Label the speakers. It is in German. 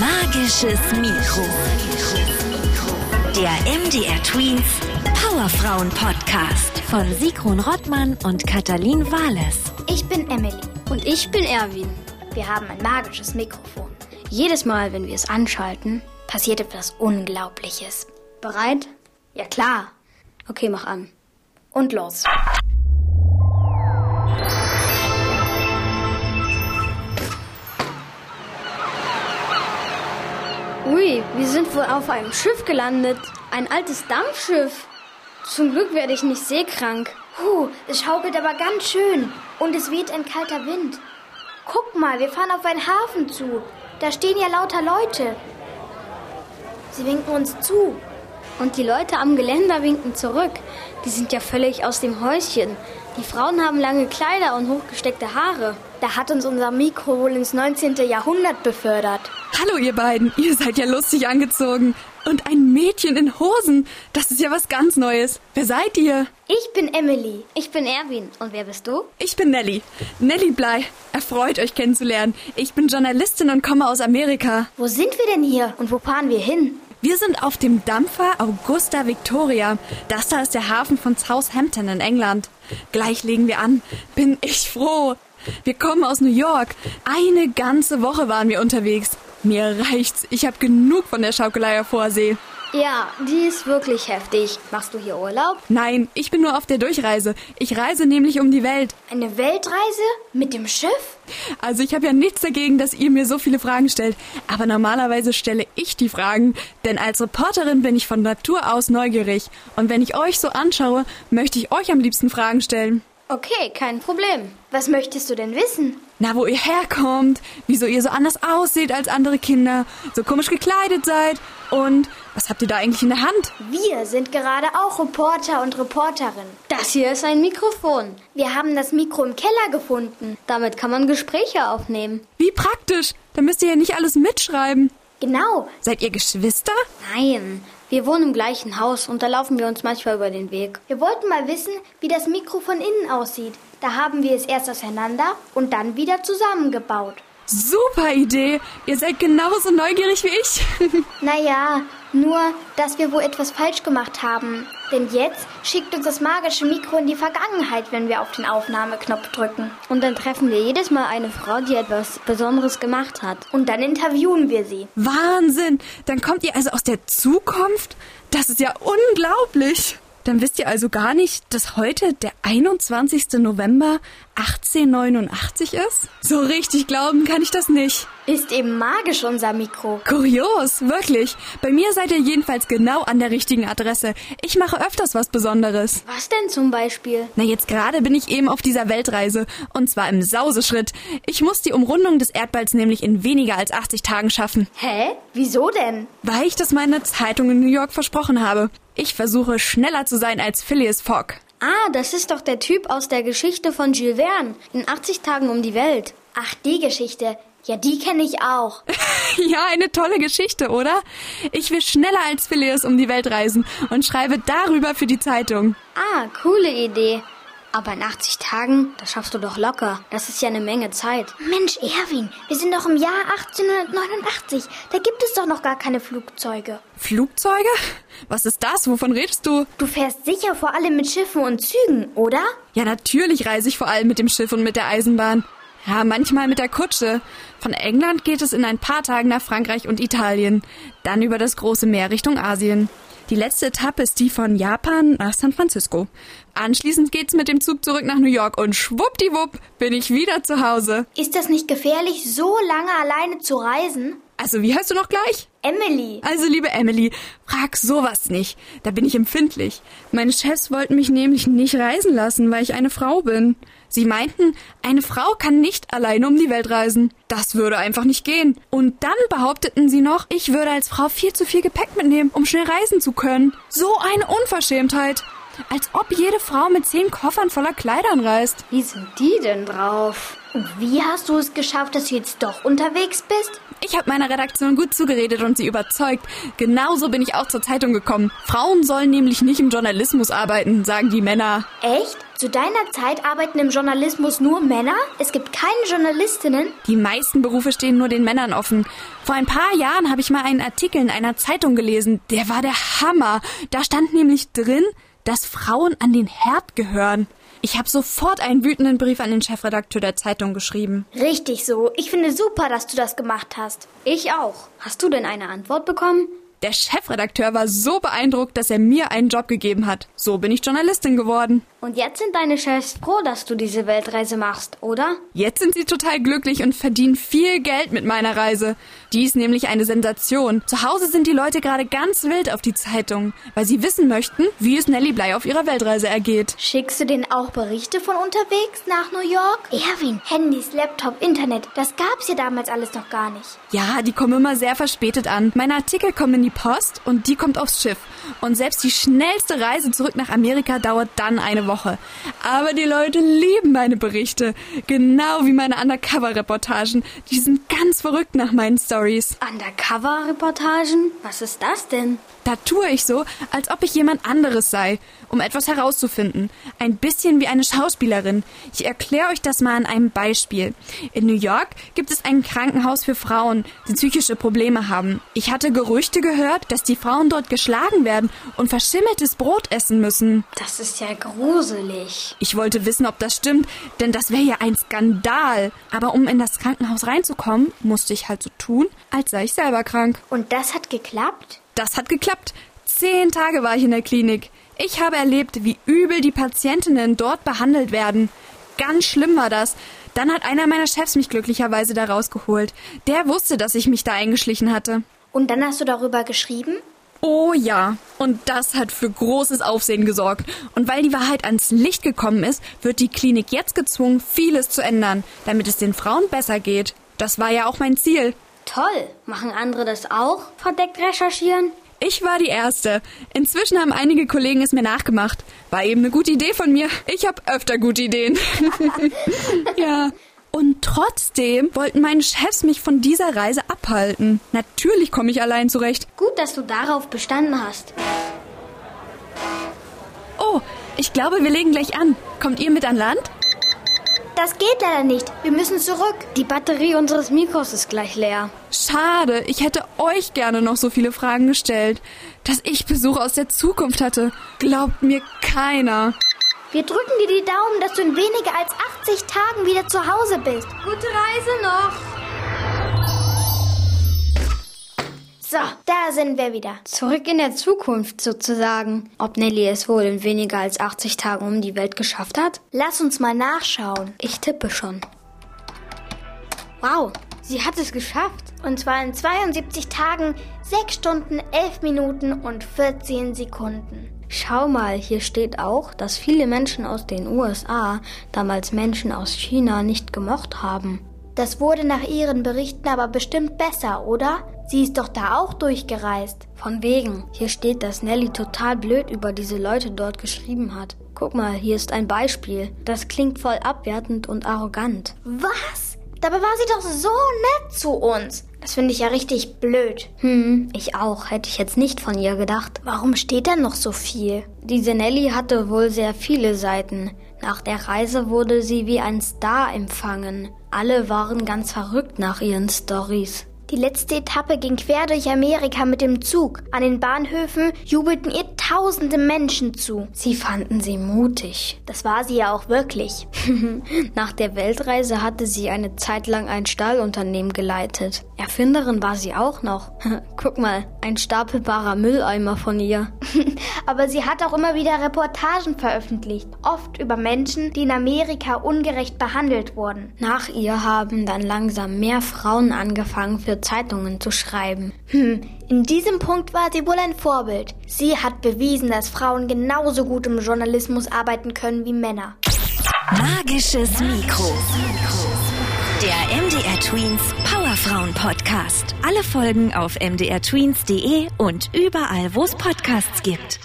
Speaker 1: Magisches Mikro. Der MDR Tweens Powerfrauen Podcast von Sigrun Rottmann und Katalin Wahles.
Speaker 2: Ich bin Emily.
Speaker 3: Und ich bin Erwin.
Speaker 2: Wir haben ein magisches Mikrofon.
Speaker 3: Jedes Mal, wenn wir es anschalten,
Speaker 2: Passiert etwas Unglaubliches.
Speaker 3: bereit?
Speaker 2: Ja klar.
Speaker 3: Okay, mach an.
Speaker 2: Und los.
Speaker 3: Ui, wir sind wohl auf einem Schiff gelandet. Ein altes Dampfschiff. Zum Glück werde ich nicht seekrank.
Speaker 2: Puh, es schaukelt aber ganz schön. Und es weht ein kalter Wind. Guck mal, wir fahren auf einen Hafen zu. Da stehen ja lauter Leute. Sie winken uns zu.
Speaker 3: Und die Leute am Geländer winken zurück. Die sind ja völlig aus dem Häuschen. Die Frauen haben lange Kleider und hochgesteckte Haare. Da hat uns unser Mikro wohl ins 19. Jahrhundert befördert.
Speaker 4: Hallo ihr beiden, ihr seid ja lustig angezogen. Und ein Mädchen in Hosen, das ist ja was ganz Neues. Wer seid ihr?
Speaker 2: Ich bin Emily.
Speaker 3: Ich bin Erwin. Und wer bist du?
Speaker 4: Ich bin Nelly. Nelly Blei. Erfreut, euch kennenzulernen. Ich bin Journalistin und komme aus Amerika.
Speaker 2: Wo sind wir denn hier und wo fahren wir hin?
Speaker 4: Wir sind auf dem Dampfer Augusta Victoria. Das da ist der Hafen von Southampton in England. Gleich legen wir an. Bin ich froh. Wir kommen aus New York. Eine ganze Woche waren wir unterwegs. Mir reicht's. Ich habe genug von der Schaukelei auf hoher See.
Speaker 3: Ja, die ist wirklich heftig. Machst du hier Urlaub?
Speaker 4: Nein, ich bin nur auf der Durchreise. Ich reise nämlich um die Welt.
Speaker 2: Eine Weltreise? Mit dem Schiff?
Speaker 4: Also ich habe ja nichts dagegen, dass ihr mir so viele Fragen stellt. Aber normalerweise stelle ich die Fragen, denn als Reporterin bin ich von Natur aus neugierig. Und wenn ich euch so anschaue, möchte ich euch am liebsten Fragen stellen.
Speaker 3: Okay, kein Problem.
Speaker 2: Was möchtest du denn wissen?
Speaker 4: Na, wo ihr herkommt, wieso ihr so anders ausseht als andere Kinder, so komisch gekleidet seid und was habt ihr da eigentlich in der Hand?
Speaker 2: Wir sind gerade auch Reporter und Reporterin.
Speaker 3: Das hier ist ein Mikrofon.
Speaker 2: Wir haben das Mikro im Keller gefunden.
Speaker 3: Damit kann man Gespräche aufnehmen.
Speaker 4: Wie praktisch, da müsst ihr ja nicht alles mitschreiben.
Speaker 2: Genau,
Speaker 4: Seid ihr Geschwister?
Speaker 3: Nein, wir wohnen im gleichen Haus und da laufen wir uns manchmal über den Weg.
Speaker 2: Wir wollten mal wissen, wie das Mikro von innen aussieht. Da haben wir es erst auseinander und dann wieder zusammengebaut.
Speaker 4: Super Idee! Ihr seid genauso neugierig wie ich.
Speaker 2: Naja, nur, dass wir wohl etwas falsch gemacht haben. Denn jetzt schickt uns das magische Mikro in die Vergangenheit, wenn wir auf den Aufnahmeknopf drücken.
Speaker 3: Und dann treffen wir jedes Mal eine Frau, die etwas Besonderes gemacht hat.
Speaker 2: Und dann interviewen wir sie.
Speaker 4: Wahnsinn! Dann kommt ihr also aus der Zukunft? Das ist ja unglaublich! Dann wisst ihr also gar nicht, dass heute der 21. November 1889 ist? So richtig glauben kann ich das nicht.
Speaker 2: Ist eben magisch unser Mikro.
Speaker 4: Kurios, wirklich. Bei mir seid ihr jedenfalls genau an der richtigen Adresse. Ich mache öfters was Besonderes.
Speaker 3: Was denn zum Beispiel?
Speaker 4: Na, jetzt gerade bin ich eben auf dieser Weltreise. Und zwar im Sauseschritt. Ich muss die Umrundung des Erdballs nämlich in weniger als 80 Tagen schaffen.
Speaker 2: Hä? Wieso denn?
Speaker 4: Weil ich das meiner Zeitung in New York versprochen habe. Ich versuche schneller zu sein als Phileas Fogg.
Speaker 3: Ah, das ist doch der Typ aus der Geschichte von Jules Verne. In 80 Tagen um die Welt.
Speaker 2: Ach, die Geschichte. Ja, die kenne ich auch.
Speaker 4: Ja, eine tolle Geschichte, oder? Ich will schneller als Phileas um die Welt reisen und schreibe darüber für die Zeitung.
Speaker 3: Ah, coole Idee. Aber in 80 Tagen, das schaffst du doch locker. Das ist ja eine Menge Zeit.
Speaker 2: Mensch, Erwin, wir sind doch im Jahr 1889. Da gibt es doch noch gar keine Flugzeuge.
Speaker 4: Flugzeuge? Was ist das? Wovon redest du?
Speaker 2: Du fährst sicher vor allem mit Schiffen und Zügen, oder?
Speaker 4: Ja, natürlich reise ich vor allem mit dem Schiff und mit der Eisenbahn. Ja, manchmal mit der Kutsche. Von England geht es in ein paar Tagen nach Frankreich und Italien. Dann über das große Meer Richtung Asien. Die letzte Etappe ist die von Japan nach San Francisco. Anschließend geht's mit dem Zug zurück nach New York und schwuppdiwupp bin ich wieder zu Hause.
Speaker 2: Ist das nicht gefährlich, so lange alleine zu reisen?
Speaker 4: Also, wie heißt du noch gleich?
Speaker 2: Emily,
Speaker 4: Also, liebe Emily, frag sowas nicht. Da bin ich empfindlich. Meine Chefs wollten mich nämlich nicht reisen lassen, weil ich eine Frau bin. Sie meinten, eine Frau kann nicht alleine um die Welt reisen. Das würde einfach nicht gehen. Und dann behaupteten sie noch, ich würde als Frau viel zu viel Gepäck mitnehmen, um schnell reisen zu können. So eine Unverschämtheit. Als ob jede Frau mit zehn Koffern voller Kleidern reist.
Speaker 3: Wie sind die denn drauf?
Speaker 2: Und wie hast du es geschafft, dass du jetzt doch unterwegs bist?
Speaker 4: Ich habe meiner Redaktion gut zugeredet und sie überzeugt. Genauso bin ich auch zur Zeitung gekommen. Frauen sollen nämlich nicht im Journalismus arbeiten, sagen die Männer.
Speaker 2: Echt? Zu deiner Zeit arbeiten im Journalismus nur Männer? Es gibt keine Journalistinnen?
Speaker 4: Die meisten Berufe stehen nur den Männern offen. Vor ein paar Jahren habe ich mal einen Artikel in einer Zeitung gelesen. Der war der Hammer. Da stand nämlich drin, dass Frauen an den Herd gehören. Ich habe sofort einen wütenden Brief an den Chefredakteur der Zeitung geschrieben.
Speaker 2: Richtig so. Ich finde super, dass du das gemacht hast.
Speaker 3: Ich auch. Hast du denn eine Antwort bekommen?
Speaker 4: Der Chefredakteur war so beeindruckt, dass er mir einen Job gegeben hat. So bin ich Journalistin geworden.
Speaker 3: Und jetzt sind deine Chefs froh, dass du diese Weltreise machst, oder?
Speaker 4: Jetzt sind sie total glücklich und verdienen viel Geld mit meiner Reise. Die ist nämlich eine Sensation. Zu Hause sind die Leute gerade ganz wild auf die Zeitung, weil sie wissen möchten, wie es Nelly Bly auf ihrer Weltreise ergeht.
Speaker 2: Schickst du denen auch Berichte von unterwegs nach New York? Erwin, Handys, Laptop, Internet, das gab's ja damals alles noch gar nicht.
Speaker 4: Ja, die kommen immer sehr verspätet an. Meine Artikel kommen in die Post und die kommt aufs Schiff. Und selbst die schnellste Reise zurück nach Amerika dauert dann eine Woche. Aber die Leute lieben meine Berichte. Genau wie meine Undercover-Reportagen. Die sind ganz verrückt nach meinen Stories.
Speaker 3: Undercover-Reportagen? Was ist das denn?
Speaker 4: Da tue ich so, als ob ich jemand anderes sei, um etwas herauszufinden. Ein bisschen wie eine Schauspielerin. Ich erkläre euch das mal an einem Beispiel. In New York gibt es ein Krankenhaus für Frauen, die psychische Probleme haben. Ich hatte Gerüchte gehört, dass die Frauen dort geschlagen werden und verschimmeltes Brot essen müssen.
Speaker 3: Das ist ja gruselig.
Speaker 4: Ich wollte wissen, ob das stimmt, denn das wäre ja ein Skandal. Aber um in das Krankenhaus reinzukommen, musste ich halt so tun, als sei ich selber krank.
Speaker 2: Und das hat geklappt?
Speaker 4: Das hat geklappt. Zehn Tage war ich in der Klinik. Ich habe erlebt, wie übel die Patientinnen dort behandelt werden. Ganz schlimm war das. Dann hat einer meiner Chefs mich glücklicherweise da rausgeholt. Der wusste, dass ich mich da eingeschlichen hatte.
Speaker 2: Und dann hast du darüber geschrieben?
Speaker 4: Oh ja, und das hat für großes Aufsehen gesorgt. Und weil die Wahrheit ans Licht gekommen ist, wird die Klinik jetzt gezwungen, vieles zu ändern, damit es den Frauen besser geht. Das war ja auch mein Ziel.
Speaker 3: Toll. Machen andere das auch? Verdeckt recherchieren?
Speaker 4: Ich war die Erste. Inzwischen haben einige Kollegen es mir nachgemacht. War eben eine gute Idee von mir. Ich habe öfter gute Ideen. ja. Und trotzdem wollten meine Chefs mich von dieser Reise abhalten. Natürlich komme ich allein zurecht.
Speaker 3: Gut, dass du darauf bestanden hast.
Speaker 4: Oh, ich glaube, wir legen gleich an. Kommt ihr mit an Land?
Speaker 2: Das geht leider nicht. Wir müssen zurück.
Speaker 3: Die Batterie unseres Mikros ist gleich leer.
Speaker 4: Schade, ich hätte euch gerne noch so viele Fragen gestellt, dass ich Besuch aus der Zukunft hatte. Glaubt mir keiner.
Speaker 2: Wir drücken dir die Daumen, dass du in weniger als 80 Tagen wieder zu Hause bist.
Speaker 3: Gute Reise noch.
Speaker 2: So, da sind wir wieder.
Speaker 3: Zurück in der Zukunft sozusagen. Ob Nelly es wohl in weniger als 80 Tagen um die Welt geschafft hat?
Speaker 2: Lass uns mal nachschauen.
Speaker 3: Ich tippe schon. Wow, sie hat es geschafft.
Speaker 2: Und zwar in 72 Tagen, 6 Stunden, 11 Minuten und 14 Sekunden.
Speaker 3: Schau mal, hier steht auch, dass viele Menschen aus den USA damals Menschen aus China nicht gemocht haben.
Speaker 2: Das wurde nach ihren Berichten aber bestimmt besser, oder? Sie ist doch da auch durchgereist.
Speaker 3: Von wegen. Hier steht, dass Nelly total blöd über diese Leute dort geschrieben hat. Guck mal, hier ist ein Beispiel. Das klingt voll abwertend und arrogant.
Speaker 2: Was? Dabei war sie doch so nett zu uns. Das finde ich ja richtig blöd.
Speaker 3: Hm, ich auch. Hätte ich jetzt nicht von ihr gedacht.
Speaker 2: Warum steht da noch so viel?
Speaker 3: Diese Nelly hatte wohl sehr viele Seiten. Nach der Reise wurde sie wie ein Star empfangen. Alle waren ganz verrückt nach ihren Stories.
Speaker 2: Die letzte Etappe ging quer durch Amerika mit dem Zug. An den Bahnhöfen jubelten ihr tausende Menschen zu.
Speaker 3: Sie fanden sie mutig.
Speaker 2: Das war sie ja auch wirklich.
Speaker 3: Nach der Weltreise hatte sie eine Zeit lang ein Stahlunternehmen geleitet. Erfinderin war sie auch noch. Guck mal, ein stapelbarer Mülleimer von ihr.
Speaker 2: Aber sie hat auch immer wieder Reportagen veröffentlicht, oft über Menschen, die in Amerika ungerecht behandelt wurden.
Speaker 3: Nach ihr haben dann langsam mehr Frauen angefangen, für Zeitungen zu schreiben.
Speaker 2: Hm, in diesem Punkt war sie wohl ein Vorbild. Sie hat bewiesen, dass Frauen genauso gut im Journalismus arbeiten können wie Männer.
Speaker 1: Magisches Mikro. Der MDR Tweens Powerfrauen E Podcast. Alle Folgen auf mdrtweens.de und überall, wo es Podcasts gibt.